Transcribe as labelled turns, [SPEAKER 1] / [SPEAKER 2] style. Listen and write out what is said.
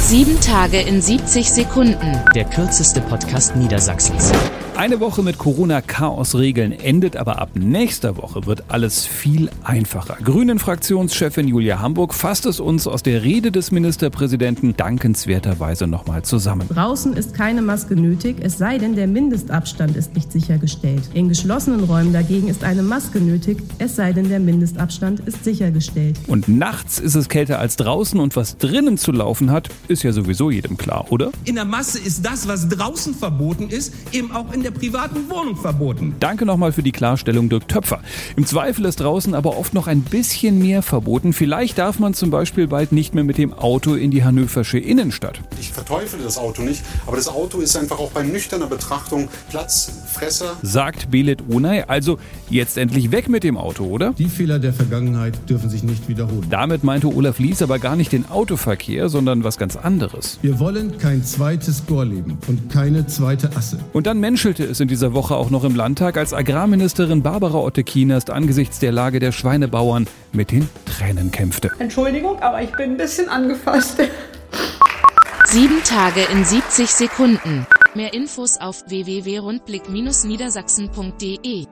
[SPEAKER 1] Sieben Tage in 70 Sekunden.
[SPEAKER 2] Der kürzeste Podcast Niedersachsens.
[SPEAKER 3] Eine Woche mit Corona-Chaos-Regeln endet, aber ab nächster Woche wird alles viel einfacher. Grünen-Fraktionschefin Julia Hamburg fasst es uns aus der Rede des Ministerpräsidenten dankenswerterweise nochmal zusammen.
[SPEAKER 4] Draußen ist keine Maske nötig, es sei denn, der Mindestabstand ist nicht sichergestellt. In geschlossenen Räumen dagegen ist eine Maske nötig, es sei denn, der Mindestabstand ist sichergestellt.
[SPEAKER 3] Und nachts ist es kälter als draußen und was drinnen zu laufen hat, ist ja sowieso jedem klar, oder?
[SPEAKER 5] In der Masse ist das, was draußen verboten ist, eben auch in der privaten Wohnung verboten.
[SPEAKER 3] Danke nochmal für die Klarstellung, Dirk Töpfer. Im Zweifel ist draußen aber oft noch ein bisschen mehr verboten. Vielleicht darf man zum Beispiel bald nicht mehr mit dem Auto in die hannoversche Innenstadt.
[SPEAKER 6] Ich verteufele das Auto nicht, aber das Auto ist einfach auch bei nüchterner Betrachtung Platzfresser.
[SPEAKER 3] Sagt Belet Onay, also jetzt endlich weg mit dem Auto, oder?
[SPEAKER 7] Die Fehler der Vergangenheit dürfen sich nicht wiederholen.
[SPEAKER 3] Damit meinte Olaf Lies aber gar nicht den Autoverkehr, sondern was ganz anderes.
[SPEAKER 7] Wir wollen kein zweites Gorleben und keine zweite Asse.
[SPEAKER 3] Und dann menschelte es in dieser Woche auch noch im Landtag, als Agrarministerin Barbara Ottekinerst angesichts der Lage der Schweinebauern mit den Tränen kämpfte.
[SPEAKER 8] Entschuldigung, aber ich bin ein bisschen angefasst.
[SPEAKER 1] Sieben Tage in 70 Sekunden. Mehr Infos auf www.rundblick-niedersachsen.de